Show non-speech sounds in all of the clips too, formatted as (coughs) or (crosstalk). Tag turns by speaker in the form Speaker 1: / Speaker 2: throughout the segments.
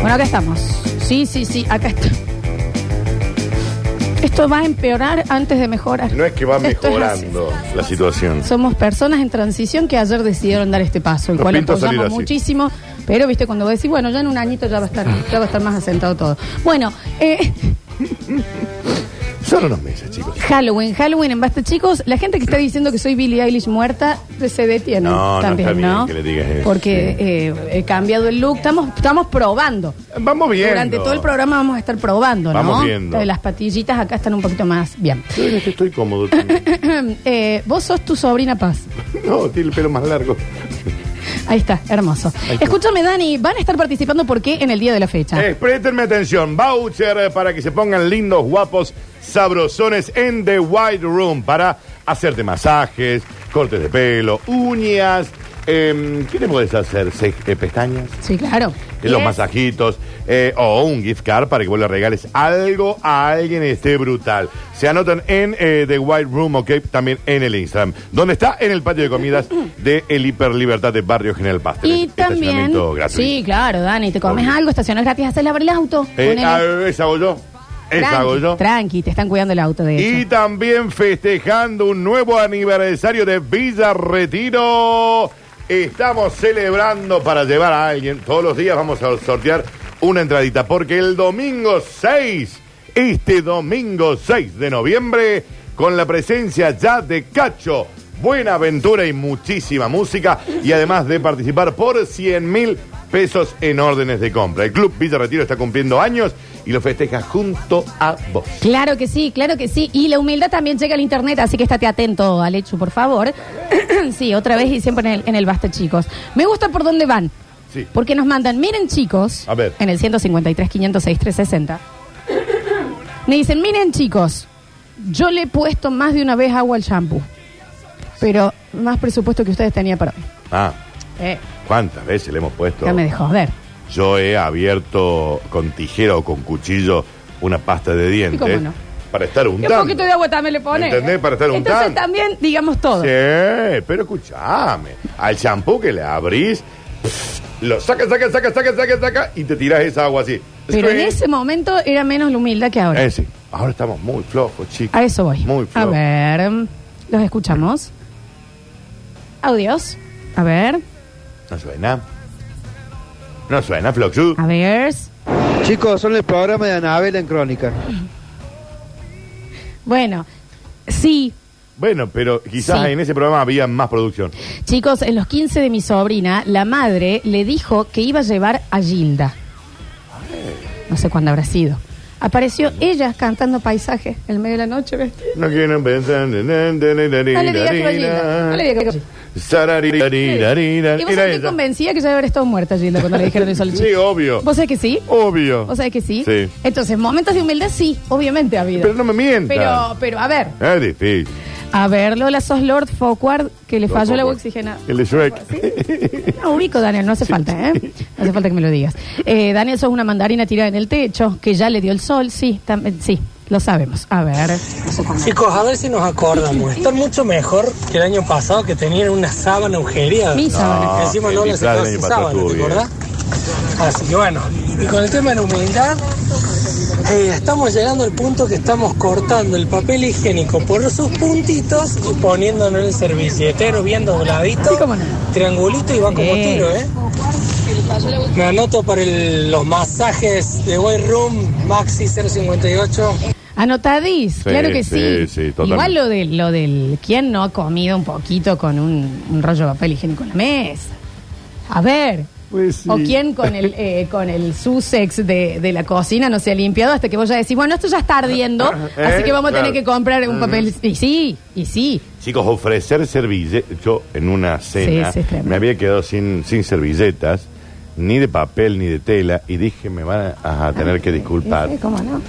Speaker 1: Bueno, acá estamos. Sí, sí, sí, acá está. Esto va a empeorar antes de mejorar.
Speaker 2: No es que va
Speaker 1: Esto es así.
Speaker 2: mejorando la situación.
Speaker 1: Somos personas en transición que ayer decidieron dar este paso, el
Speaker 2: Nos
Speaker 1: cual
Speaker 2: pinta salir
Speaker 1: apoyamos
Speaker 2: así.
Speaker 1: muchísimo. Pero, viste, cuando vos decís, bueno, ya en un añito ya va a estar, ya va a estar más asentado todo. Bueno, eh,
Speaker 2: Son unos meses, chicos.
Speaker 1: Halloween, Halloween en basta, chicos. La gente que está diciendo que soy Billie Eilish muerta se detiene
Speaker 2: No, no
Speaker 1: Eh, también,
Speaker 2: está bien
Speaker 1: ¿no?
Speaker 2: que le digas eso,
Speaker 1: Porque
Speaker 2: sí.
Speaker 1: eh, he cambiado el look. Estamos, estamos probando.
Speaker 2: Vamos bien.
Speaker 1: Durante todo el programa vamos a estar probando, ¿no?
Speaker 2: Vamos viendo.
Speaker 1: Las patillitas acá están un poquito más
Speaker 2: (laughs)
Speaker 1: bien.
Speaker 2: Yo en este estoy cómodo. también.
Speaker 1: Eh, vos sos tu sobrina Paz.
Speaker 2: no, tiene el pelo más largo.
Speaker 1: Ahí está, hermoso. Escúchame, Dani, van a estar participando porque en el día de la fecha.
Speaker 2: Eh, préstenme atención. Voucher eh, para que se pongan lindos, guapos, sabrosones en The White Room para hacerte masajes, cortes de pelo, uñas. em, ¿Qué te puedes hacer? Ce- eh, ¿Pestañas?
Speaker 1: Sí, claro.
Speaker 2: Eh, Los
Speaker 1: Yes.
Speaker 2: masajitos eh, o un gift card para que vos le regales algo a alguien y esté brutal. Se anotan en eh, The White Room, ok, también en el Instagram. Donde está en el patio de
Speaker 1: (laughs)
Speaker 2: comidas de el Hiper Libertad de Barrio General Paz.
Speaker 1: Y
Speaker 2: Tenés
Speaker 1: también.
Speaker 2: estacionamiento gratuito.
Speaker 1: Sí, claro, Dani, te comes
Speaker 2: Obvio.
Speaker 1: algo, estacionas gratis, haces lavar el auto.
Speaker 2: Eh,
Speaker 1: ponele.
Speaker 2: ah, esa hago yo. Esa
Speaker 1: tranqui,
Speaker 2: hago yo.
Speaker 1: tranqui, te están cuidando el auto de
Speaker 2: Y
Speaker 1: hecho.
Speaker 2: también festejando un nuevo aniversario de Villa Retiro. Estamos celebrando para llevar a alguien. Todos los días vamos a sortear una entradita. Porque el domingo 6, este domingo 6 de noviembre, con la presencia ya de Cacho, buena aventura y muchísima música. Y además de participar por 100 mil pesos en órdenes de compra. El Club Villa Retiro está cumpliendo años y lo festeja junto a vos.
Speaker 1: Claro que sí, claro que sí. Y la humildad también llega al internet, así que estate atento, Alechu, por favor. (clears throat) sí, otra vez y siempre en el, en el basta, chicos. Me gusta por dónde van.
Speaker 2: Sí.
Speaker 1: Porque nos mandan, miren chicos,
Speaker 2: A ver.
Speaker 1: en el 153, 506, 360. Me dicen, miren chicos, yo le he puesto más de una vez agua al shampoo, pero más presupuesto que ustedes tenían para hoy.
Speaker 2: Ah,
Speaker 1: Eh,
Speaker 2: ¿cuántas veces le hemos puesto?
Speaker 1: ya me dejó ver.
Speaker 2: Yo he abierto con tijera o con cuchillo una pasta de dientes
Speaker 1: cómo no?
Speaker 2: para estar
Speaker 1: Y
Speaker 2: untando.
Speaker 1: un poquito de agua también le pones.
Speaker 2: ¿Entendés? Para estar
Speaker 1: Entonces
Speaker 2: untando.
Speaker 1: también digamos todo.
Speaker 2: Sí, pero escuchame. Al champú que le abrís, lo saca, saca, saca, saca, saca, saca y te tirás esa agua así.
Speaker 1: Pero en
Speaker 2: Sí.
Speaker 1: ese momento era menos la humildad que ahora.
Speaker 2: Eh, sí. Ahora estamos muy flojos, chicos.
Speaker 1: A eso voy.
Speaker 2: Muy
Speaker 1: A
Speaker 2: flojos.
Speaker 1: ver, los escuchamos. Audios. A ver,
Speaker 2: No suena. No suena, Floxu.
Speaker 1: a ver.
Speaker 3: Chicos, son el programa de Anabel en Crónica.
Speaker 1: Bueno, sí,
Speaker 2: Bueno, pero quizás
Speaker 1: Sí.
Speaker 2: en ese programa había más producción.
Speaker 1: Chicos, en los 15 de mi sobrina, la madre le dijo que iba a llevar a Gilda. No sé cuándo habrá sido. Apareció ella cantando paisaje en medio de la noche vestida.
Speaker 2: No quiero pensar. No
Speaker 1: No le
Speaker 2: le
Speaker 1: digas que fue Gilda. No le digas que fue Gilda.
Speaker 2: Sararirarirarirar.
Speaker 1: Y vos
Speaker 2: Era
Speaker 1: sabés que
Speaker 2: ella.
Speaker 1: convencida que ya haber estado muerta Gilda cuando le dijeron eso al
Speaker 2: Sí,
Speaker 1: chico.
Speaker 2: obvio.
Speaker 1: ¿Vos sabés que sí?
Speaker 2: Obvio.
Speaker 1: ¿Vos sabés que sí?
Speaker 2: Sí.
Speaker 1: Entonces, momentos de humildad sí, obviamente ha habido.
Speaker 2: Pero no me mientas.
Speaker 1: Pero, pero, a ver,
Speaker 2: Es difícil.
Speaker 1: a ver, Lola, sos Lord Fockward, que le falló el
Speaker 2: (laughs)
Speaker 1: agua oxigenada.
Speaker 2: El de Shrek.
Speaker 1: Aurico, Daniel, no hace falta, ¿eh? No hace falta que me lo digas. Eh, Daniel, sos una mandarina tirada en el techo, que ya le dio el sol, sí, tam- sí, lo sabemos. A ver.
Speaker 4: Chicos, a ver si nos acordamos. Están mucho mejor que el año pasado que tenían una sábana agujereada.
Speaker 1: Mi sábana.
Speaker 2: No,
Speaker 4: Encima
Speaker 2: el
Speaker 4: no les
Speaker 2: disfraz
Speaker 4: quedó
Speaker 2: del
Speaker 4: sin
Speaker 2: año pasado
Speaker 4: sábana,
Speaker 2: estuvo
Speaker 4: ¿te
Speaker 2: bien.
Speaker 4: acordás? Así que bueno, y con el tema de la humildad, eh, estamos llegando al punto que estamos cortando el papel higiénico por sus puntitos y poniéndolo en el servilletero bien dobladito,
Speaker 1: Sí, cómo no.
Speaker 4: triangulito y va como
Speaker 1: Sí.
Speaker 4: tiro, ¿eh? Me anoto para el- los masajes de Way Room Maxi 058.
Speaker 1: Anotadís, claro que
Speaker 2: sí,
Speaker 1: sí.
Speaker 2: sí, totalmente.
Speaker 1: Igual lo, de, lo del quién no ha comido un poquito con un, un rollo de papel higiénico en la mesa. A ver.
Speaker 2: Pues sí.
Speaker 1: O quién
Speaker 2: (laughs)
Speaker 1: con el eh, con el susex de, de la cocina no se ha limpiado hasta que vos ya decís, bueno, esto ya está ardiendo,
Speaker 2: (laughs) Eh,
Speaker 1: así que vamos a
Speaker 2: claro.
Speaker 1: tener
Speaker 2: Mm.
Speaker 1: que comprar un papel. Y sí, y sí.
Speaker 2: Chicos, ofrecer servilletas. Yo en una cena
Speaker 1: sí, es tremendo.
Speaker 2: me había quedado sin, sin servilletas, ni de papel, ni de tela, y dije, me van a, a tener que disculpar.
Speaker 1: Sí, Ah, ¿Cómo no?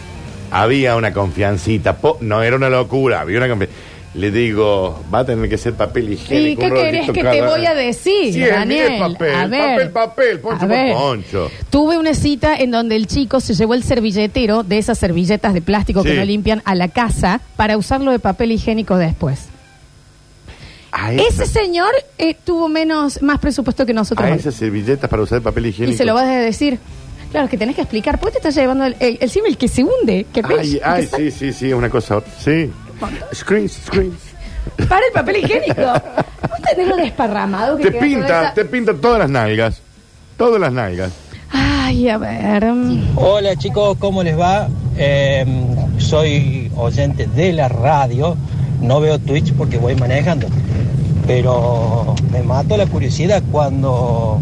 Speaker 2: Había una confiancita, po- no era una locura, había una confianza. Le digo, va a tener que ser papel
Speaker 1: ¿Y
Speaker 2: higiénico.
Speaker 1: qué
Speaker 2: un
Speaker 1: querés
Speaker 2: rollito
Speaker 1: que te
Speaker 2: cada-
Speaker 1: voy a decir,
Speaker 2: Sí,
Speaker 1: Daniel?
Speaker 2: mire, papel,
Speaker 1: a
Speaker 2: papel,
Speaker 1: ver,
Speaker 2: papel, poncho
Speaker 1: a
Speaker 2: por
Speaker 1: ver.
Speaker 2: poncho.
Speaker 1: Tuve una cita en donde el chico se llevó el servilletero de esas servilletas de plástico que
Speaker 2: Sí.
Speaker 1: no limpian a la casa para usarlo de papel higiénico después.
Speaker 2: A
Speaker 1: Ese
Speaker 2: esas-
Speaker 1: señor eh, tuvo menos, más presupuesto que nosotros.
Speaker 2: a
Speaker 1: hoy.
Speaker 2: esas servilletas para usar el papel higiénico.
Speaker 1: Y se lo vas a decir. Claro, que tenés que explicar. ¿Por qué te estás llevando el, el, el civil que se hunde? Que
Speaker 2: Ay,
Speaker 1: pech,
Speaker 2: ay,
Speaker 1: que sa-
Speaker 2: sí, sí, sí, una cosa. Sí. Screens, screens.
Speaker 1: Para el papel
Speaker 2: (laughs)
Speaker 1: higiénico. Vos tenés lo desparramado que
Speaker 2: Te
Speaker 1: queda toda
Speaker 2: pinta,
Speaker 1: esa-
Speaker 2: te pinta todas las nalgas. Todas las nalgas.
Speaker 1: Ay, a ver. mm,
Speaker 5: Hola chicos, ¿cómo les va? Eh, soy oyente de la radio, no veo Twitch porque voy manejando, pero me mato la curiosidad cuando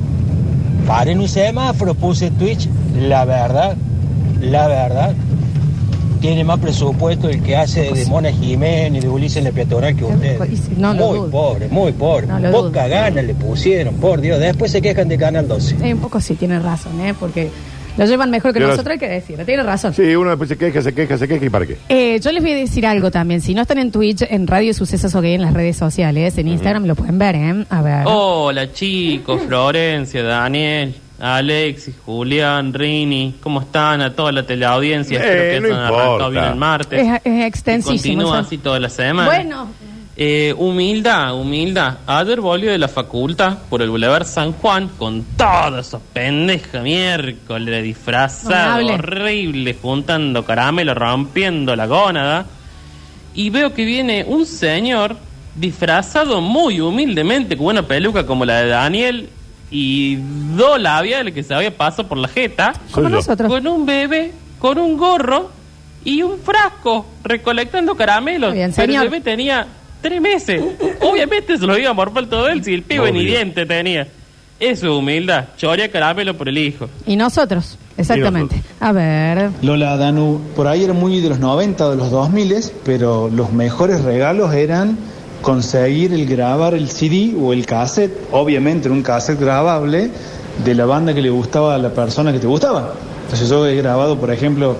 Speaker 5: paré en un semáforo, puse Twitch, la verdad, la verdad, tiene más presupuesto el que hace de Mona Jiménez y de Ulises en la peatonal que ustedes.
Speaker 1: No lo
Speaker 5: muy
Speaker 1: dudo.
Speaker 5: pobre, muy pobre,
Speaker 1: No lo dudo.
Speaker 5: poca gana le pusieron, por Dios, después se quejan de Canal 12.
Speaker 1: eh, un poco sí, tiene razón, ¿eh? Porque lo llevan mejor que
Speaker 2: Yo lo-
Speaker 1: nosotros, hay que decirlo. Tiene razón.
Speaker 2: Sí, uno después se queja, se queja, se queja y para qué.
Speaker 1: Eh, yo les voy a decir algo también. Si no están en Twitch, en Radio Sucesos o en las redes sociales, en Instagram lo pueden ver, ¿eh? A ver.
Speaker 6: Oh, Hola chicos, Florencia, Daniel, Alexis, Julián, Rini, ¿cómo están? A toda la teleaudiencia,
Speaker 2: Eh,
Speaker 6: espero que
Speaker 2: no
Speaker 6: hayan
Speaker 2: importa.
Speaker 6: arrancado bien el martes.
Speaker 1: Es, es
Speaker 6: Y
Speaker 1: extensísimo.
Speaker 6: continúa
Speaker 1: eso.
Speaker 6: así toda la semana.
Speaker 1: bueno,
Speaker 6: Eh, humildad, humildad. Ayer volvió de la facultad por el Boulevard San Juan con todos esos pendejos miércoles disfrazados,
Speaker 1: No me hablen.
Speaker 6: horrible, juntando caramelo, rompiendo la gónada. Y veo que viene un señor disfrazado muy humildemente con una peluca como la de Daniel y dos labiales que se había pasado por la jeta.
Speaker 2: Soy
Speaker 1: como
Speaker 2: yo.
Speaker 1: nosotros.
Speaker 6: Con un bebé, con un gorro y un frasco recolectando caramelos.
Speaker 1: Está bien,
Speaker 6: Pero el
Speaker 1: señor.
Speaker 6: bebé tenía tres meses. Obviamente se lo iba a morfar todo él si el pibe ni
Speaker 2: Obvio.
Speaker 6: diente tenía. Eso es humildad. Chorea caramelo por el hijo.
Speaker 1: Y nosotros, exactamente. A ver.
Speaker 7: Lola, Danu, por ahí era muy de los 90 o de los 2000, pero los mejores regalos eran conseguir el grabar el CD o el cassette, obviamente en un cassette grabable, de la banda que le gustaba a la persona que te gustaba. Entonces yo he grabado, por ejemplo,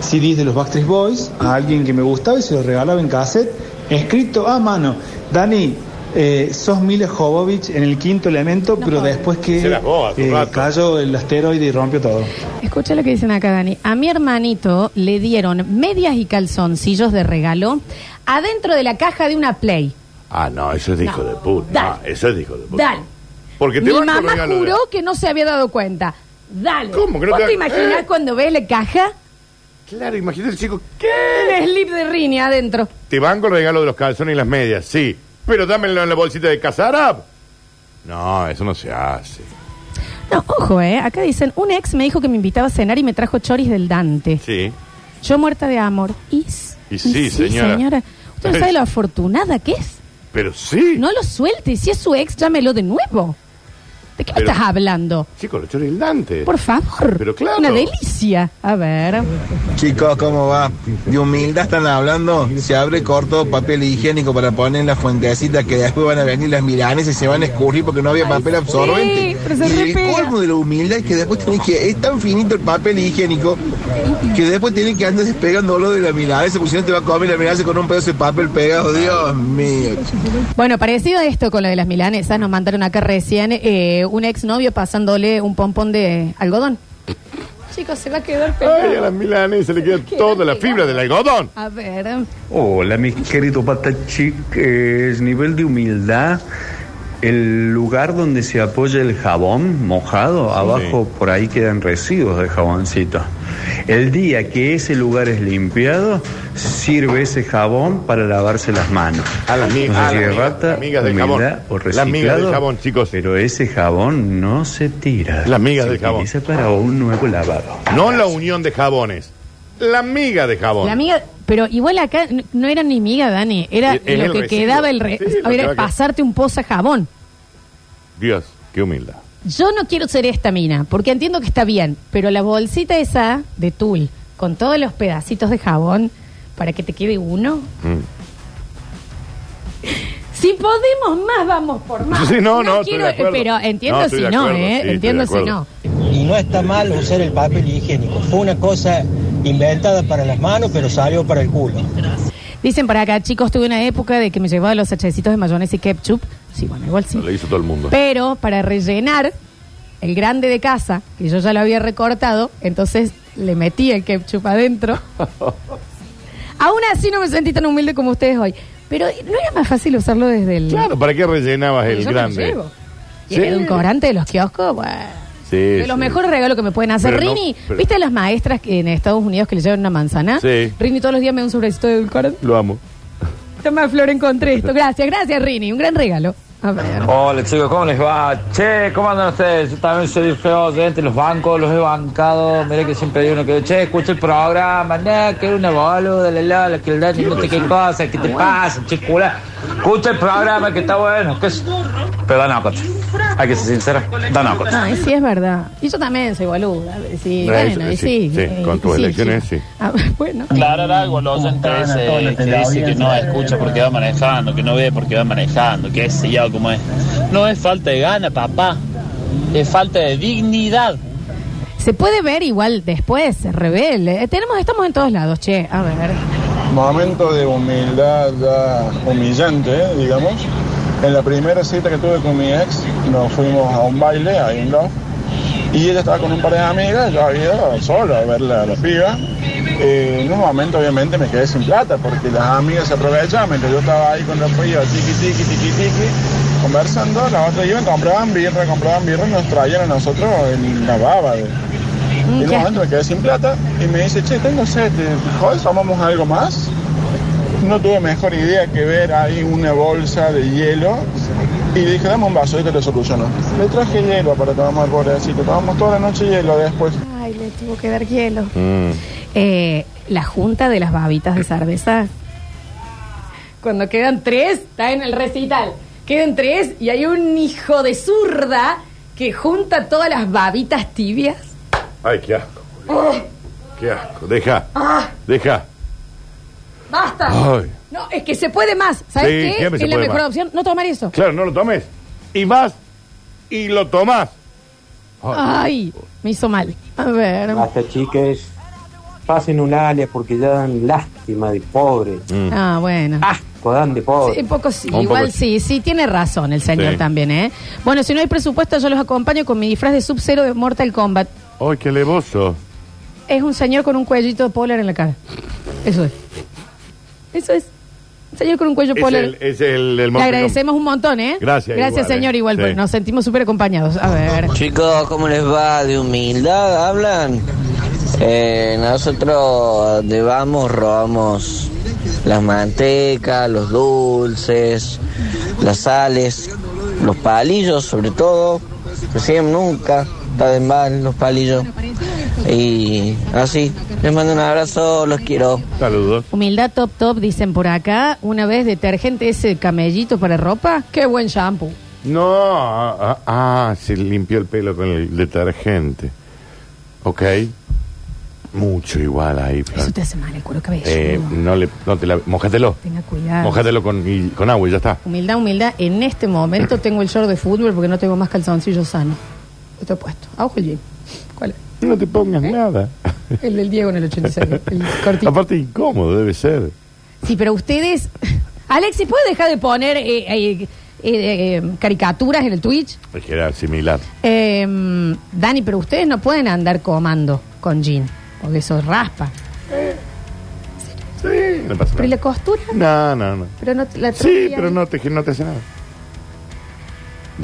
Speaker 7: CDs de los Backstreet Boys a alguien que me gustaba y se lo regalaba en cassette, escrito a mano. Dani, eh, sos Mila Jovovich en el quinto elemento, pero después
Speaker 2: Se
Speaker 7: que eh,
Speaker 2: las boba, hace un rato.
Speaker 7: cayó el asteroide y rompió todo.
Speaker 1: Escucha lo que dicen acá, Dani. A mi hermanito le dieron medias y calzoncillos de regalo adentro de la caja de una Play.
Speaker 2: Ah, no, eso es de hijo
Speaker 1: No.
Speaker 2: de puta.
Speaker 1: Dale.
Speaker 2: No, eso es de hijo de puta.
Speaker 1: Dale.
Speaker 2: Porque te
Speaker 1: Mi
Speaker 2: van con
Speaker 1: mamá
Speaker 2: regalo de-
Speaker 1: juró que no se había dado cuenta. Dale.
Speaker 2: ¿Cómo que no
Speaker 1: ¿Vos
Speaker 2: te
Speaker 1: te,
Speaker 2: da-
Speaker 1: imaginás
Speaker 2: Eh.
Speaker 1: cuando ves la caja?
Speaker 2: Claro, imagínate el chico, ¿qué?
Speaker 1: El slip de Rini adentro.
Speaker 2: Te van con el regalo de los calzones y las medias, sí. Pero dámelo en la bolsita de Casarab. No, eso no se hace.
Speaker 1: No, ojo, ¿eh? Acá dicen, un ex me dijo que me invitaba a cenar y me trajo choris del Dante.
Speaker 2: Sí.
Speaker 1: Yo muerta de amor. Y, s-
Speaker 2: Y sí, señora.
Speaker 1: Usted no
Speaker 2: (laughs)
Speaker 1: sabe lo afortunada que es.
Speaker 2: Pero sí.
Speaker 1: No lo suelte. Si es su ex, llámelo de nuevo. ¿De qué me
Speaker 2: Pero-
Speaker 1: estás hablando?
Speaker 2: Chico, lo choré el Dante.
Speaker 1: Por favor.
Speaker 2: Pero claro.
Speaker 1: Una delicia. A ver.
Speaker 8: Chicos, ¿cómo va? De humildad están hablando. Se abre corto papel higiénico para poner en las fuentecitas que después van a venir las milanes y se van a escurrir porque no había papel absorbente.
Speaker 1: sí, pero se
Speaker 8: y el
Speaker 1: repega.
Speaker 8: colmo de la humildad es que después tenés que. Es tan finito el papel higiénico que después tienen que andar despegándolo de la milanesa porque si no te va a comer la milanesa con un pedazo de papel pegado. Dios mío.
Speaker 1: Bueno, parecido a esto con lo de las milanesas, nos mandaron acá recién eh, un exnovio pasándole un pompón de
Speaker 2: (laughs)
Speaker 1: algodón. Chicos, se va a quedar
Speaker 2: Ay, a
Speaker 1: pegado.
Speaker 2: las milanes se le queda
Speaker 1: Queda
Speaker 2: toda la
Speaker 1: pegado.
Speaker 2: fibra del algodón.
Speaker 1: A ver.
Speaker 9: Hola, mis queridos patachiques. Nivel de humildad. El lugar donde se apoya el jabón mojado, abajo por ahí quedan residuos de jaboncito. El día que ese lugar es limpiado, sirve ese jabón para lavarse las manos.
Speaker 2: A las mi-
Speaker 9: No sé
Speaker 2: a
Speaker 9: si
Speaker 2: las
Speaker 9: es
Speaker 2: migas-
Speaker 9: rata,
Speaker 2: las migas del
Speaker 9: humildad
Speaker 2: jabón.
Speaker 9: o
Speaker 2: Las migas del
Speaker 9: reciclado,
Speaker 2: jabón, chicos.
Speaker 9: Pero ese jabón no se tira.
Speaker 2: Las migas
Speaker 9: Se
Speaker 2: del jabón.
Speaker 9: utiliza para un nuevo lavado.
Speaker 2: No la unión de jabones. La miga de jabón.
Speaker 1: La amiga, pero igual acá n- no era ni miga, Dani, era
Speaker 2: Es- es
Speaker 1: lo
Speaker 2: Eh, el
Speaker 1: que
Speaker 2: residuo.
Speaker 1: quedaba el re-
Speaker 2: Sí, lo que va
Speaker 1: era
Speaker 2: a-
Speaker 1: pasarte un poza jabón.
Speaker 2: Dios, qué humildad.
Speaker 1: Yo no quiero ser esta mina, porque entiendo que está bien, pero la bolsita esa de tul con todos los pedacitos de jabón para que te quede uno.
Speaker 2: Mm.
Speaker 1: Si podemos más, vamos por más.
Speaker 2: Sí, no, no, estoy
Speaker 1: quiero,
Speaker 2: de acuerdo.
Speaker 1: pero entiendo
Speaker 2: No, estoy
Speaker 1: si
Speaker 2: de
Speaker 1: no,
Speaker 2: acuerdo, sí,
Speaker 1: ¿eh?
Speaker 2: estoy de
Speaker 1: entiendo si
Speaker 2: acuerdo.
Speaker 1: no.
Speaker 5: Y no está mal usar el papel higiénico. Fue una cosa inventada para las manos, pero salió para el culo.
Speaker 1: Dicen para acá, chicos, tuve una época de que me llevaba los hachecitos de mayonesa y ketchup. Sí, bueno, igual sí.
Speaker 2: Lo hizo todo el mundo.
Speaker 1: Pero para rellenar el grande de casa, que yo ya lo había recortado, entonces le metí el
Speaker 2: (laughs)
Speaker 1: ketchup adentro. Aún así no me sentí tan humilde como ustedes hoy. Pero eh, no era más fácil usarlo desde el...
Speaker 2: Claro, ¿para Ah, qué rellenabas
Speaker 1: Porque
Speaker 2: el
Speaker 1: yo me lo
Speaker 2: grande?
Speaker 1: llevo. Y
Speaker 2: Sí.
Speaker 1: el edulcorante de los kioscos, bueno.
Speaker 2: Sí,
Speaker 1: De los
Speaker 2: sí.
Speaker 1: mejores regalos que me pueden hacer.
Speaker 2: Pero no,
Speaker 1: Rini,
Speaker 2: pero-
Speaker 1: ¿viste las maestras que en Estados Unidos que le llevan una manzana?
Speaker 2: Sí.
Speaker 1: Rini todos los días me da un sobrecito de edulcorante.
Speaker 2: Lo amo.
Speaker 1: Toma, Flor, encontré esto. Gracias, gracias, Rini. Un gran regalo. A ver.
Speaker 10: Hola chicos, ¿cómo les va? Che, ¿cómo andan ustedes? Yo también soy feo de los bancos, los he bancado. Mira que siempre hay uno que, che, escucha el programa, nada, que era una boluda, la la, la que la, no sé qué cosa, ¿qué te pasa, chicula? Escucha el programa que está bueno, que es. Pero dan a Hay que ser sincero, dan a
Speaker 1: No, y Ah, sí es verdad. Y yo también soy boluda. Sí,
Speaker 2: Eh,
Speaker 1: bueno,
Speaker 2: sí,
Speaker 1: y sí.
Speaker 2: sí,
Speaker 1: eh,
Speaker 2: con tus
Speaker 1: sí,
Speaker 2: elecciones, sí.
Speaker 1: Ah, bueno.
Speaker 11: Claro, algo al oyente ese eh, que dice que no escucha porque va manejando, que no ve porque va manejando, que ese ya como es. No es falta de gana, papá. Es falta de dignidad.
Speaker 1: Se puede ver igual después, se revele. Eh, Tenemos, estamos en todos lados, che. A ver.
Speaker 12: Momento de humildad ya humillante, eh, digamos. En la primera cita que tuve con mi ex, nos fuimos a un baile, ahí no. Y ella estaba con un par de amigas, yo había ido solo a ver la, la piba. Eh, en un momento, obviamente, me quedé sin plata porque las amigas se aprovechaban. Mientras yo estaba ahí con la piba, tiqui, tiqui, tiqui, tiqui, conversando, las otras iban, compraban birra, compraban birra y nos traían a nosotros en la baba. de- y en un momento me quedé sin plata y me dice, che, tengo sed, ¿te- joder, tomamos algo más. No tuve mejor idea que ver ahí una bolsa de hielo y dije, dame un vaso, y te lo soluciono. Le traje hielo para tomar pobrecito, tomamos toda la noche hielo después.
Speaker 1: Ay, le tuvo que dar hielo. Eh, la junta de las babitas de cerveza. Cuando quedan tres, está en el recital. Quedan tres y hay un hijo de zurda que junta todas las babitas tibias.
Speaker 2: Ay, qué asco. Ah, Qué asco. Deja. Deja.
Speaker 1: ¡Basta!
Speaker 2: Ay.
Speaker 1: No, es que se puede más.
Speaker 2: ah.
Speaker 1: ¿Sabes
Speaker 2: Sí,
Speaker 1: qué?
Speaker 2: siempre se
Speaker 1: Es la
Speaker 2: puede
Speaker 1: mejor
Speaker 2: más.
Speaker 1: opción. No tomar eso.
Speaker 2: Claro, no lo tomes. Y vas y lo tomas. Ah.
Speaker 1: Ay, me hizo mal. A ver.
Speaker 13: Hasta chiques, pasen un alias porque ya dan lástima de pobre.
Speaker 1: Ah, bueno.
Speaker 13: Asco dan de pobre.
Speaker 1: Sí, un poco
Speaker 13: Mm.
Speaker 1: sí,
Speaker 13: Un poco
Speaker 1: igual
Speaker 13: sí.
Speaker 1: sí, sí, tiene razón el señor
Speaker 13: Sí.
Speaker 1: también, ¿eh? Bueno, si no hay presupuesto, yo los acompaño con mi disfraz de Sub-Zero de Mortal Kombat.
Speaker 2: Ay, qué levoso.
Speaker 1: Es un señor con un cuellito polar en la cara. Eso es. Eso es. Un señor con un cuello
Speaker 2: Es
Speaker 1: polar.
Speaker 2: el, es el, el
Speaker 1: Le
Speaker 2: Monte
Speaker 1: agradecemos un montón, ¿eh?
Speaker 2: Gracias,
Speaker 1: Gracias,
Speaker 2: igual,
Speaker 1: señor,
Speaker 2: ¿eh?
Speaker 1: igual.
Speaker 2: Sí.
Speaker 1: pues, nos sentimos súper acompañados. A ver.
Speaker 14: Chicos, ¿cómo les va? ¿De humildad hablan? Eh, nosotros de vamos robamos las mantecas, los dulces, las sales, los palillos sobre todo. Recién nunca está de mal los palillos. Y así, les mando un abrazo, los quiero.
Speaker 2: Saludos.
Speaker 1: Humildad top top, dicen por acá. Una vez detergente ese camellito para ropa. Qué buen shampoo.
Speaker 2: No, ah, ah, ah, se limpió el pelo con el detergente. Ok. Mucho igual ahí. Flor.
Speaker 1: Eso te hace mal el cuero cabello.
Speaker 2: Ah. Eh, no, le, no te la... Mojátelo.
Speaker 1: Tenga cuidado.
Speaker 2: Mojátelo con, y- con agua y ya está.
Speaker 1: Humildad, humildad. En este momento tengo el short de fútbol porque no tengo más calzoncillo sano. Esto he puesto. A ojo el jean. ¿Cuál es?
Speaker 2: No te pongas nada.
Speaker 1: El del Diego en Eh, el 86. El
Speaker 2: (laughs)
Speaker 1: cortito.
Speaker 2: Aparte incómodo debe ser.
Speaker 1: Sí, pero ustedes. (laughs) Alexis, ¿puede dejar de poner eh, eh, eh, eh, caricaturas en el Twitch?
Speaker 2: Es que era similar.
Speaker 1: Eh, Dani, pero ustedes no pueden andar comando con jean, porque eso raspa.
Speaker 2: Sí, no pasa
Speaker 1: Pero ¿y
Speaker 2: nada.
Speaker 1: la costura?
Speaker 2: No, no, no.
Speaker 1: Pero no te- la
Speaker 2: Sí,
Speaker 1: atrofian.
Speaker 2: pero no te, no te hace nada.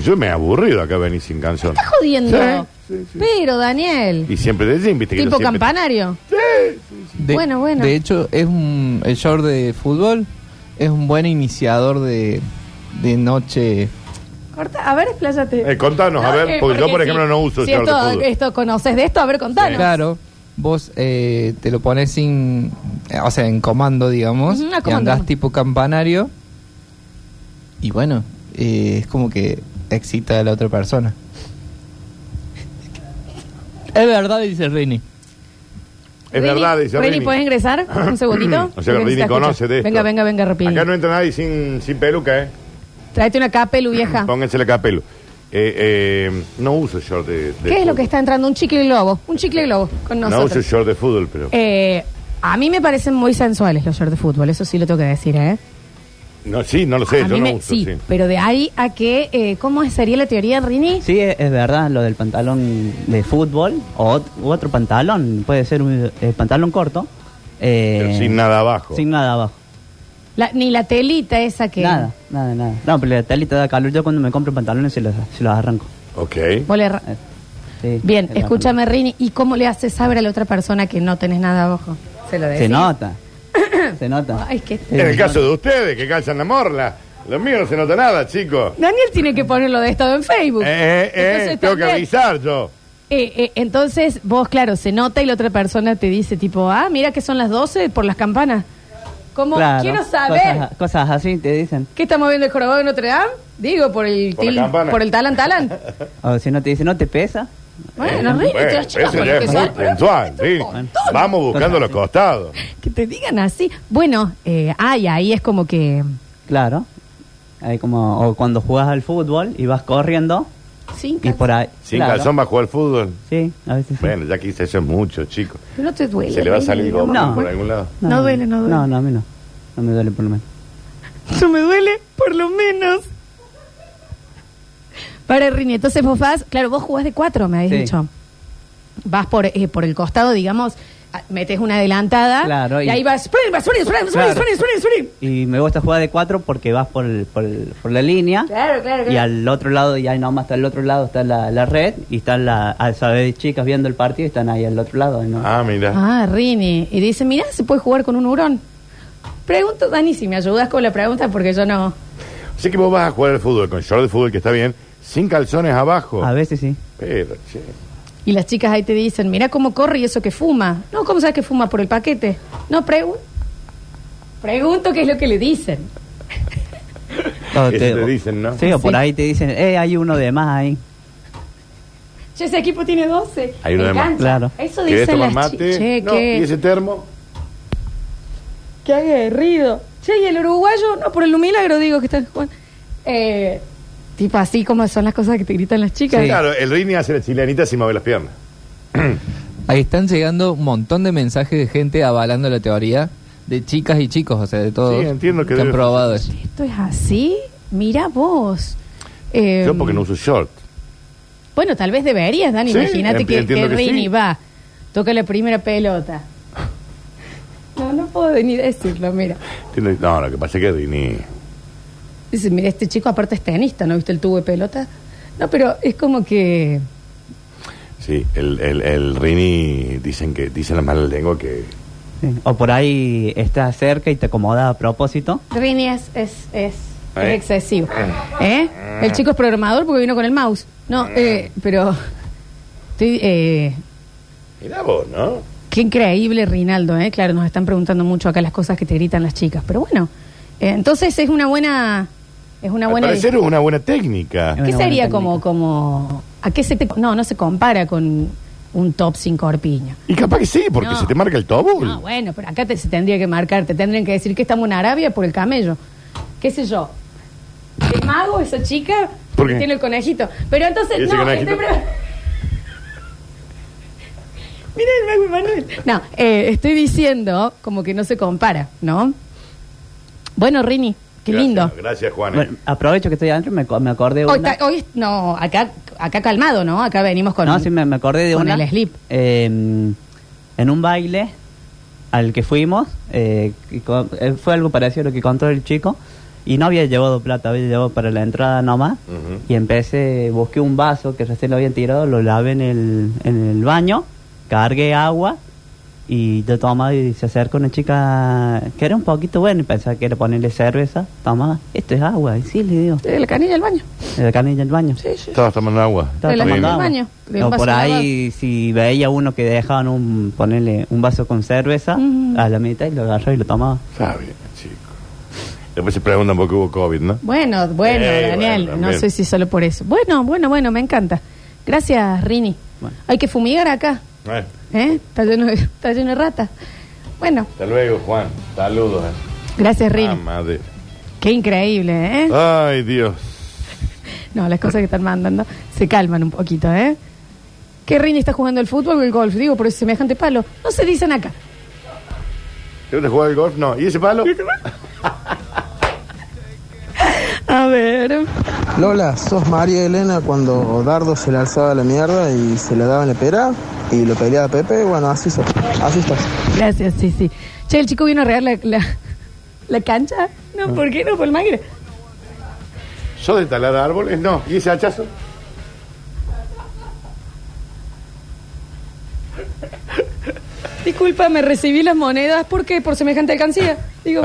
Speaker 2: Yo me he aburrido acá venir sin canción.
Speaker 1: Está jodiendo.
Speaker 2: Sí, sí, sí.
Speaker 1: Pero, Daniel.
Speaker 2: Y siempre de gym, viste Este que yo
Speaker 1: Tipo
Speaker 2: siempre-
Speaker 1: campanario.
Speaker 15: De-
Speaker 1: Bueno, bueno.
Speaker 15: De hecho, es un, el short de fútbol es un buen iniciador de, de noche.
Speaker 1: Corta, a ver, expláyate.
Speaker 15: Eh, contanos, a ver,
Speaker 1: eh,
Speaker 15: porque yo, por ejemplo,
Speaker 1: si-
Speaker 15: no uso
Speaker 1: si
Speaker 15: short de
Speaker 1: esto,
Speaker 15: fútbol.
Speaker 1: esto conoces de esto, a ver, contanos.
Speaker 15: Claro, vos eh, te lo pones sin. eh, O sea, en comando, digamos.
Speaker 1: Ujú, a
Speaker 15: y
Speaker 1: comando.
Speaker 15: andás tipo campanario. Y bueno, eh, es como que excita a la otra
Speaker 2: (clears throat)
Speaker 15: persona. Es verdad, dice Rini.
Speaker 2: Es verdad, dice
Speaker 1: Rini,
Speaker 2: Rini.
Speaker 1: ¿puedes ingresar un segundito?
Speaker 2: (clears throat) O sea,
Speaker 1: Porque
Speaker 2: Rini
Speaker 1: se escucha.
Speaker 2: conoce de esto.
Speaker 1: Venga, venga, venga, rápido.
Speaker 2: Acá no entra nadie sin, sin peluca, ¿eh?
Speaker 1: Tráete una capelu vieja.
Speaker 2: Pónganse la capelo. Eh, eh, no uso short de, de
Speaker 1: ¿Qué es lo
Speaker 2: fútbol.
Speaker 1: que está entrando? Un chicle globo. Un chicle globo con
Speaker 2: No uso
Speaker 1: nosotros.
Speaker 2: short de fútbol, pero...
Speaker 1: Eh, a mí me parecen muy sensuales los shorts de fútbol, eso sí lo tengo que decir, ¿eh?
Speaker 2: No, sí, no lo sé,
Speaker 1: a
Speaker 2: yo
Speaker 1: mí
Speaker 2: no
Speaker 1: me,
Speaker 2: uso,
Speaker 1: sí,
Speaker 2: sí.
Speaker 1: pero de ahí a que, eh, ¿cómo sería la teoría, Rini?
Speaker 16: Sí, es, es verdad, lo del pantalón de fútbol o ot- u otro pantalón, puede ser un eh, pantalón corto. eh,
Speaker 2: Pero sin nada abajo.
Speaker 16: Sin nada abajo.
Speaker 1: La- ni la telita esa que...
Speaker 16: Nada, nada, nada. No, pero la talita da calor. Yo cuando me compro pantalones se los, se los arranco.
Speaker 2: Ok.
Speaker 1: Vos le ra-
Speaker 16: Sí,
Speaker 1: Bien,
Speaker 16: es la-
Speaker 1: escúchame, Rini, ¿y cómo le haces saber a la otra persona que no tenés nada abajo? Se lo decís. (coughs)
Speaker 16: Se nota. Se nota.
Speaker 1: Ay, que...
Speaker 2: En el caso de ustedes, que calzan la morla. Lo mío no se nota nada, chicos.
Speaker 1: Daniel tiene que ponerlo de estado en Facebook.
Speaker 2: Eh, eh, eh,
Speaker 1: Uh, Entonces,
Speaker 2: tengo que
Speaker 1: también-
Speaker 2: avisar yo.
Speaker 1: Eh, eh, entonces, vos, claro, se nota y la otra persona te dice, tipo, ah, mira que son las 12 por las campanas. ¿Cómo?
Speaker 16: Claro,
Speaker 1: Quiero saber.
Speaker 16: Cosas, cosas así te dicen.
Speaker 1: ¿Qué estamos viendo el jorobado de Notre Dame? Digo, por el,
Speaker 16: Por la
Speaker 1: til-
Speaker 16: campana.
Speaker 1: por el
Speaker 2: (laughs)
Speaker 1: talán talán.
Speaker 16: O si no te dicen, ¿no te pesa?
Speaker 1: Bueno, ríete,
Speaker 2: Eh, Bueno,
Speaker 1: chicos,
Speaker 2: ese
Speaker 1: con
Speaker 2: ya
Speaker 1: lo
Speaker 2: es
Speaker 1: que
Speaker 2: muy
Speaker 1: son.
Speaker 2: puntual, sí. Vamos buscando los costados.
Speaker 1: Que te digan así. Bueno, eh, ay, ahí es como que.
Speaker 16: Claro. Hay como, o cuando juegas al fútbol y vas corriendo
Speaker 1: Sí,
Speaker 16: y por ahí.
Speaker 2: Sin
Speaker 16: claro.
Speaker 2: calzón va a jugar al fútbol.
Speaker 16: Sí, a veces.
Speaker 2: Bueno, ya quise eso es mucho, chicos.
Speaker 1: no te duele.
Speaker 2: ¿Se le va a
Speaker 1: Rini,
Speaker 2: salir
Speaker 1: no.
Speaker 2: goma
Speaker 16: No.
Speaker 2: por algún lado?
Speaker 1: No duele, no duele.
Speaker 16: No, no, a mí no. No me duele por lo menos.
Speaker 1: No me duele, por lo menos. Para Rini, entonces vos vas, claro, vos jugás de cuatro, me habéis
Speaker 16: Sí.
Speaker 1: dicho. Vas por, eh, por el costado, digamos, a- metes una adelantada.
Speaker 16: Claro,
Speaker 1: y,
Speaker 16: y-
Speaker 1: ahí vas, sprint, vas, sprint, sprint, sprint,
Speaker 16: Claro.
Speaker 1: sprint, sprint, sprint.
Speaker 16: Y me gusta jugar de cuatro porque vas por, el- por, el- por la línea.
Speaker 1: Claro, claro,
Speaker 16: Y
Speaker 1: claro.
Speaker 16: al otro lado, y ahí nomás está el otro lado, está la, la red y están la, al saber chicas viendo el partido y están ahí al otro lado. ¿no?
Speaker 2: Ah, mira.
Speaker 1: Ah, Rini. Y dice, mirá, se puede jugar con un hurón. Pregunto, Dani, si me ayudas con la pregunta, porque yo no.
Speaker 2: Así que vos vas a jugar al fútbol con short de fútbol, que está bien, sin calzones abajo. A
Speaker 16: veces sí.
Speaker 2: Pero, che.
Speaker 1: Y las chicas ahí te dicen, mirá cómo corre y eso que fuma. No, ¿cómo sabes que fuma? Por el paquete. No, pregunto. Pregunto qué es lo que le dicen.
Speaker 16: O
Speaker 2: Eso te dicen, ¿no?
Speaker 16: Sí, o por
Speaker 2: Sí.
Speaker 16: ahí te dicen, eh, hay uno de más ahí.
Speaker 1: Che, ese equipo tiene 12.
Speaker 16: Hay uno
Speaker 1: Me
Speaker 16: de más.
Speaker 1: encanta.
Speaker 16: Claro.
Speaker 1: Eso
Speaker 16: ¿Querés
Speaker 1: dicen
Speaker 16: tomar
Speaker 1: las
Speaker 16: mate?
Speaker 1: chi- Che,
Speaker 2: No,
Speaker 1: qué,
Speaker 2: ¿Y ese termo?
Speaker 1: qué aguerrido. Che, y el uruguayo, no, por el milagro digo que está Juan. Eh, tipo así como son las cosas que te gritan las chicas.
Speaker 2: Claro, el Rini hace la chilenita sin mover las piernas.
Speaker 15: Ahí están llegando un montón de mensajes de gente avalando la teoría de chicas y chicos, o sea, de todos.
Speaker 2: Sí, entiendo que
Speaker 15: han
Speaker 2: debe-
Speaker 15: probado eso.
Speaker 1: Esto es así. Mira vos. Eh,
Speaker 2: Yo porque no uso short.
Speaker 1: Bueno, tal vez deberías, Dani.
Speaker 2: Sí,
Speaker 1: Imagínate
Speaker 2: em-
Speaker 1: que,
Speaker 2: entiendo
Speaker 1: que
Speaker 2: que sí.
Speaker 1: Rini va, toca la primera pelota. No, no puedo ni decirlo, mira.
Speaker 2: Entiendo- No, lo que pasa es que Rini...
Speaker 1: Dice, mira, este chico aparte es tenista, ¿no viste el tubo de pelota? No, pero es como que...
Speaker 2: Sí, el, el, el Rini dicen que dicen la mala lengua que
Speaker 16: Sí. O por ahí estás cerca y te acomoda a propósito.
Speaker 1: Rini es, es, es,
Speaker 2: Ah,
Speaker 1: es
Speaker 16: ¿Eh?
Speaker 1: excesivo. ¿Eh? El chico es programador porque vino con el mouse.
Speaker 2: Ah.
Speaker 1: No, eh, pero... Estoy, eh,
Speaker 2: Mirá vos, ¿no?
Speaker 1: qué increíble, Rinaldo, ¿eh? Claro, nos están preguntando mucho acá las cosas que te gritan las chicas. Pero bueno, eh, entonces es una buena... Es una
Speaker 2: Al
Speaker 1: buena...
Speaker 2: parecer es una buena técnica.
Speaker 1: ¿Qué sería como, como... ¿A qué se te... No, no se compara con un top sin corpiño.
Speaker 2: Y capaz que sí, porque
Speaker 1: No.
Speaker 2: se te marca el tobul.
Speaker 1: No, bueno, pero acá te, se tendría que marcar, te tendrían que decir que estamos en Arabia por el camello. ¿Qué sé yo? ¿Es mago esa chica?
Speaker 2: ¿Por
Speaker 1: que
Speaker 2: qué?
Speaker 1: Tiene el conejito. Pero
Speaker 2: ¿Y
Speaker 1: entonces,
Speaker 2: ese
Speaker 1: no,
Speaker 2: conejito?
Speaker 1: estoy pre- Mira el mago Emanuel. No, eh, estoy diciendo como que no se compara, ¿no? Bueno, Rini, qué lindo.
Speaker 2: Gracias, Juan. ¿eh?
Speaker 16: Bueno, aprovecho que estoy adentro, me, co- me acordé de
Speaker 1: Hoy,
Speaker 16: una.
Speaker 1: está- hoy es- no, acá, acá calmado, ¿no? Acá venimos con...
Speaker 16: no, sí, me, me acordé de
Speaker 1: con
Speaker 16: una.
Speaker 1: el slip.
Speaker 16: Eh, en un baile al que fuimos, eh, que co- eh, fue algo parecido a lo que contó el chico, y no había llevado plata, había llevado para la entrada nomás, y empecé, busqué un vaso que recién lo habían tirado, lo lavé en el, en el baño, cargué agua, y yo tomaba y se acerca una chica que era un poquito buena, y pensaba que era ponerle cerveza, tomaba, esto es agua, y sí, le digo,
Speaker 1: De la canilla al baño.
Speaker 16: en la canilla del baño.
Speaker 2: Estabas tomando agua.
Speaker 16: Estaba
Speaker 1: De la
Speaker 16: tomando
Speaker 1: canilla al
Speaker 16: agua.
Speaker 1: baño. De
Speaker 16: O
Speaker 1: un vaso
Speaker 16: por
Speaker 1: lavado.
Speaker 16: ahí, si veía uno que dejaban un, ponerle un vaso con cerveza
Speaker 1: Ujú.
Speaker 16: a la mitad y lo agarraba y lo tomaba.
Speaker 2: Está bien, chico. Después se preguntan por qué hubo COVID, ¿no?
Speaker 1: Bueno, bueno,
Speaker 2: Eh,
Speaker 1: Daniel,
Speaker 2: bueno,
Speaker 1: no
Speaker 2: también.
Speaker 1: sé si solo por eso. Bueno, bueno, bueno, me encanta. Gracias, Rini. Hay que fumigar acá,
Speaker 2: Eh,
Speaker 1: ¿eh? Está lleno de, está lleno de ratas. Bueno,
Speaker 2: hasta luego, Juan. Saludos. eh.
Speaker 1: gracias, Rini.
Speaker 2: Ah, madre.
Speaker 1: Qué increíble, ¿eh?
Speaker 2: Ay, Dios.
Speaker 1: No, las cosas que están mandando se calman un poquito, ¿eh? Que Rini está jugando el fútbol o el golf, digo, por ese semejante palo. No se dicen acá.
Speaker 2: ¿Te gusta jugar al golf? No. ¿Y ese palo?
Speaker 1: A ver.
Speaker 17: Lola, sos María Elena cuando Dardo se le alzaba la mierda y se le daba en la pera y lo peleaba Pepe. Bueno, así, sos, así estás.
Speaker 1: Gracias, sí, sí. Che, el chico vino a arreglar la, la, la cancha. No, ¿por qué no? Por el magre.
Speaker 2: ¿Sos de talar árboles? No. ¿Y ese hachazo?
Speaker 1: Disculpa, me recibí las monedas porque por semejante alcancía. Digo,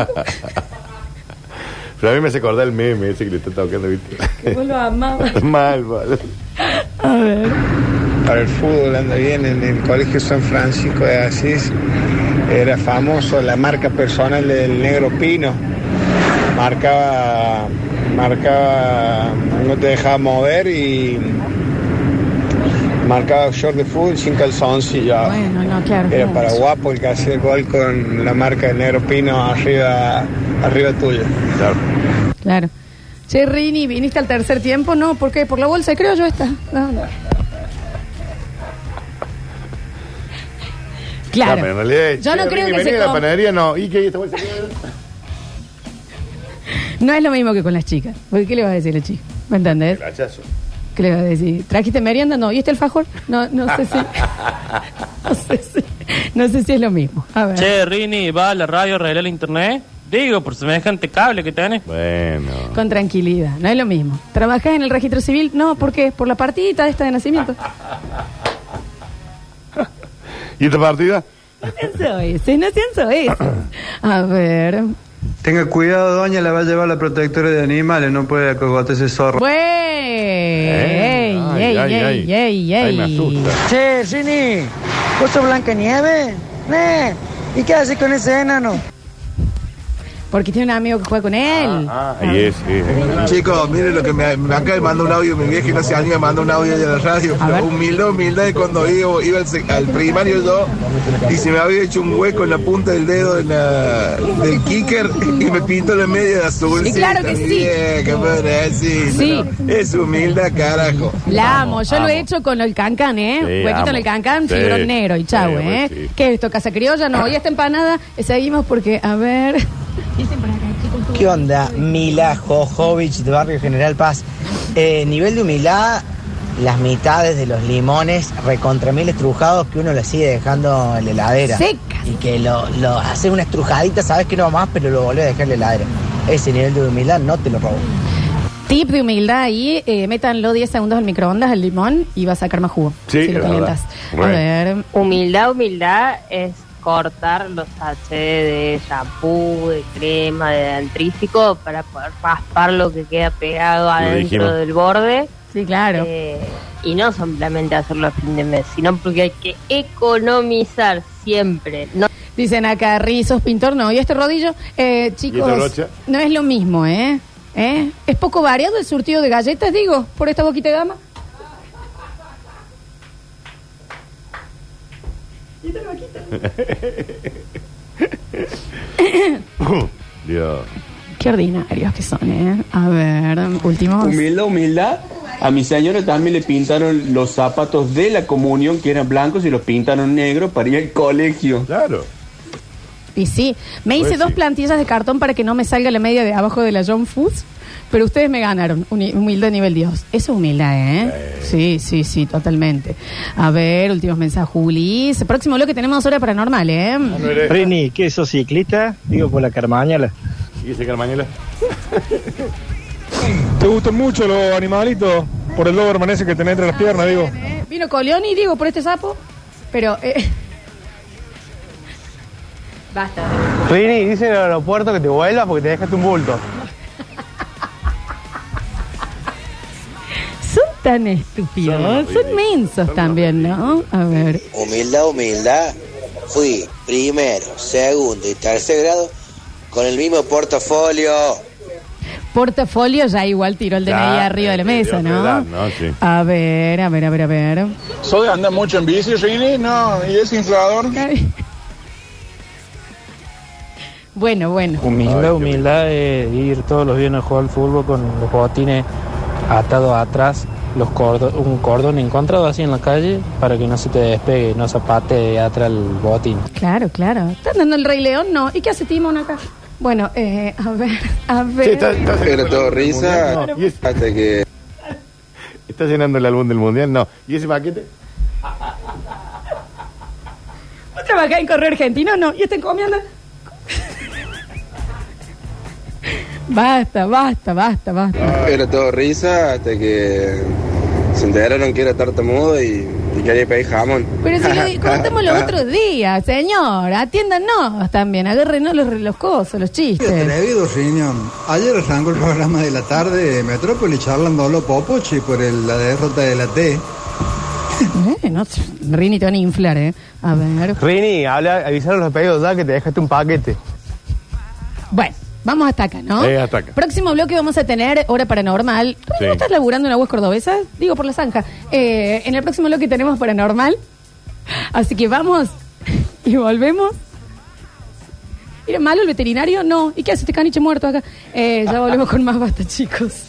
Speaker 2: Pero a mí me hace acordar el meme ese que le está tocando, ¿viste?
Speaker 1: que vos lo amabas.
Speaker 2: mal, mal.
Speaker 1: A ver.
Speaker 18: Para el fútbol anda bien en el Colegio San Francisco de Asís. Era famoso la marca personal del negro pino. Marcaba, marcaba, no te dejaba mover y marcaba short de fútbol sin calzoncillo.
Speaker 1: Bueno, no, claro.
Speaker 18: Era para guapo el que hacía el gol con la marca de negro pino arriba, arriba tuya.
Speaker 1: Claro. Che, Rini, ¿viniste al tercer tiempo? No, ¿por qué? Por la bolsa, creo yo esta. No, no. Claro.
Speaker 2: No, pero en realidad,
Speaker 1: Yo no
Speaker 2: che,
Speaker 1: creo
Speaker 2: Rini,
Speaker 1: que
Speaker 2: vení
Speaker 1: se
Speaker 2: a la
Speaker 1: com-
Speaker 2: panadería, no. ¿Y qué? ¿Esta bolsa?
Speaker 1: No es lo mismo que con las chicas. Porque, ¿qué le vas a decir a la chica? ¿Me entendés?
Speaker 2: Gracias.
Speaker 1: ¿Qué le vas a decir? ¿Trajiste merienda? No. ¿Y este alfajor? No, no
Speaker 6: (laughs)
Speaker 1: sé si. No sé si, no sé si es lo mismo. A ver.
Speaker 6: Che, Rini, va a la radio, arregla el internet. Digo, por semejante cable que tenés.
Speaker 2: Bueno.
Speaker 1: Con tranquilidad, no es lo mismo. ¿Trabajás en el registro civil? No, ¿por qué? Por la partidita esta de nacimiento.
Speaker 2: ¿Y esta partida?
Speaker 1: No pienso eso, no pienso eso. A ver.
Speaker 19: Tenga cuidado, doña, la va a llevar la protectora de animales, no puede acogotar ese zorro.
Speaker 1: Güey. ey,
Speaker 19: ay,
Speaker 1: ey,
Speaker 19: ay. Ay,
Speaker 1: ey, ey.
Speaker 19: me asusta.
Speaker 20: Che, Rini, ¿vos sos Blancanieve? Ne, ¿Y qué haces con ese enano?
Speaker 1: Porque tiene un amigo que juega con él.
Speaker 2: Ahí es, sí, eh.
Speaker 8: Chicos, miren lo que me, me acaba de mandar un audio, mi vieja que no se anima, manda un audio de la radio. Pero humildad, humildad de cuando iba, iba al, sec- al primario yo y se me había hecho un hueco en la punta del dedo de la- del kicker y me pinto la media de azul.
Speaker 1: Y claro que
Speaker 8: está
Speaker 1: sí.
Speaker 8: bien, ¿qué puedo decir?
Speaker 1: Sí.
Speaker 8: Pero Es humildad, carajo.
Speaker 1: La amo, yo lo
Speaker 8: amo.
Speaker 1: he hecho con el cancan, ¿eh?
Speaker 8: Sí,
Speaker 1: Huequito
Speaker 8: amo.
Speaker 1: en el cancan,
Speaker 8: Sí.
Speaker 1: fibrón negro y chau,
Speaker 8: Sí, bueno,
Speaker 1: ¿eh?
Speaker 8: sí.
Speaker 1: ¿Qué es esto, casa criolla? No, y esta empanada, eh, seguimos porque, a ver.
Speaker 20: ¿Qué onda? Mila Jojovic de Barrio General Paz. Eh, nivel de humildad, las mitades de los limones recontra mil estrujados que uno le sigue dejando en la heladera.
Speaker 1: Secas.
Speaker 20: Y que lo, lo hace una estrujadita, sabes que no va más, pero lo volvés a dejar en la heladera. Ese nivel de humildad no te lo robo.
Speaker 1: Tip de humildad ahí, eh, métanlo 10 segundos al microondas, al limón, y va a sacar más jugo.
Speaker 2: Sí,
Speaker 1: si lo
Speaker 2: es verdad.
Speaker 1: calientas. A ver.
Speaker 21: Humildad, humildad es cortar los sachets de shampoo, de crema, de dentrífico para poder raspar lo que queda pegado adentro
Speaker 1: dijimos.
Speaker 21: del borde. Eh,
Speaker 1: Sí, claro.
Speaker 21: y no simplemente hacerlo a fin de mes, sino porque hay que economizar siempre. No
Speaker 1: Dicen acá, rizos, pintor, no. ¿Y este rodillo? Eh, chicos,
Speaker 21: brocha?
Speaker 1: no es lo mismo, ¿eh? ¿eh? Es poco variado el surtido de galletas, digo, por esta boquita
Speaker 21: (laughs)
Speaker 1: de dama. (coughs)
Speaker 2: Dios.
Speaker 1: Qué ordinarios que son, ¿eh? A ver, últimos.
Speaker 22: Humildad, humildad. A mi señora también le pintaron los zapatos de la comunión, que eran blancos, y los pintaron negros para ir al colegio.
Speaker 2: Claro.
Speaker 1: Y sí, me
Speaker 22: Pues
Speaker 1: hice dos
Speaker 22: sí.
Speaker 1: plantillas de cartón para que no me salga la media de abajo de la John Foods, pero ustedes me ganaron. Uni- Humilde nivel Dios. Eso es humildad, ¿eh? Sí, sí, sí, totalmente. A ver, últimos mensajes, Julis. Próximo bloque tenemos hora paranormal, ¿eh?
Speaker 23: Rini, ¿qué sos ciclista? Digo, por la carmañala.
Speaker 2: ¿Y ese Carmañola?
Speaker 12: (laughs) ¿Te gustan mucho los animalitos? Por el lobo hermanese que tenés entre las piernas, digo.
Speaker 1: Eh, Vino Coleoni y digo por este sapo, pero. eh, (laughs) Basta.
Speaker 23: Rini, dice en el aeropuerto que te vuelvas porque te dejaste un bulto.
Speaker 1: Son tan estúpidos, son, mensos también, ¿no? A ver.
Speaker 24: Humildad, humildad. Fui primero, segundo y tercer grado con el mismo portafolio.
Speaker 1: Portafolio ya igual tiró el DNI
Speaker 24: Ya,
Speaker 1: arriba de la mesa,
Speaker 12: de
Speaker 1: ¿no?
Speaker 12: edad,
Speaker 2: ¿no? Sí.
Speaker 1: A ver, a ver, a ver, a ver.
Speaker 12: ¿Soy anda mucho en bici, Rini? No, ¿y ese inflador?
Speaker 1: Bueno, bueno.
Speaker 13: Humildad, humildad es ir todos los viernes a jugar al fútbol con los botines atados atrás, los cordo- un cordón encontrado así en la calle para que no se te despegue, no zapate de atrás el botín.
Speaker 1: Claro, claro. ¿Están dando el Rey León? No. ¿Y qué hace Timón acá? Bueno, eh, a ver, a ver.
Speaker 24: Era todo risa
Speaker 2: No. ¿Y ese-
Speaker 24: hasta que...
Speaker 2: ¿Está llenando el álbum del mundial? No. ¿Y ese paquete?
Speaker 1: ¿Vos trabajás en Correo Argentino? No. ¿Y esta encomienda? basta, basta, basta, basta.
Speaker 24: Era todo risa hasta que
Speaker 25: se enteraron que era tartamudo y, y quería pedir jamón.
Speaker 1: Pero
Speaker 25: (laughs)
Speaker 1: si lo di- contamos los otros días, señor, atiéndanos también, agárrenos los, los cosos, los chistes.
Speaker 15: Atrevido, señor. Ayer arrancó el programa de la tarde de Metrópolis charlando a los Popochi por el- la derrota de la T.
Speaker 1: Eh, no, Rini te van a inflar, ¿eh? A ver.
Speaker 23: Rini, habla, avisaron los pedidos ya que te dejaste un paquete.
Speaker 1: Bueno, vamos hasta acá, ¿no?
Speaker 23: Eh, hasta acá.
Speaker 1: Próximo bloque vamos a tener Hora Paranormal. ¿Tú
Speaker 23: Sí.
Speaker 1: no estás laburando en aguas cordobesas? Digo, por la zanja. Eh, en el próximo bloque tenemos Paranormal. Así que vamos y volvemos. Mira, malo el veterinario, no. ¿Y qué hace este caniche muerto acá? Eh, ya volvemos con más basta, chicos.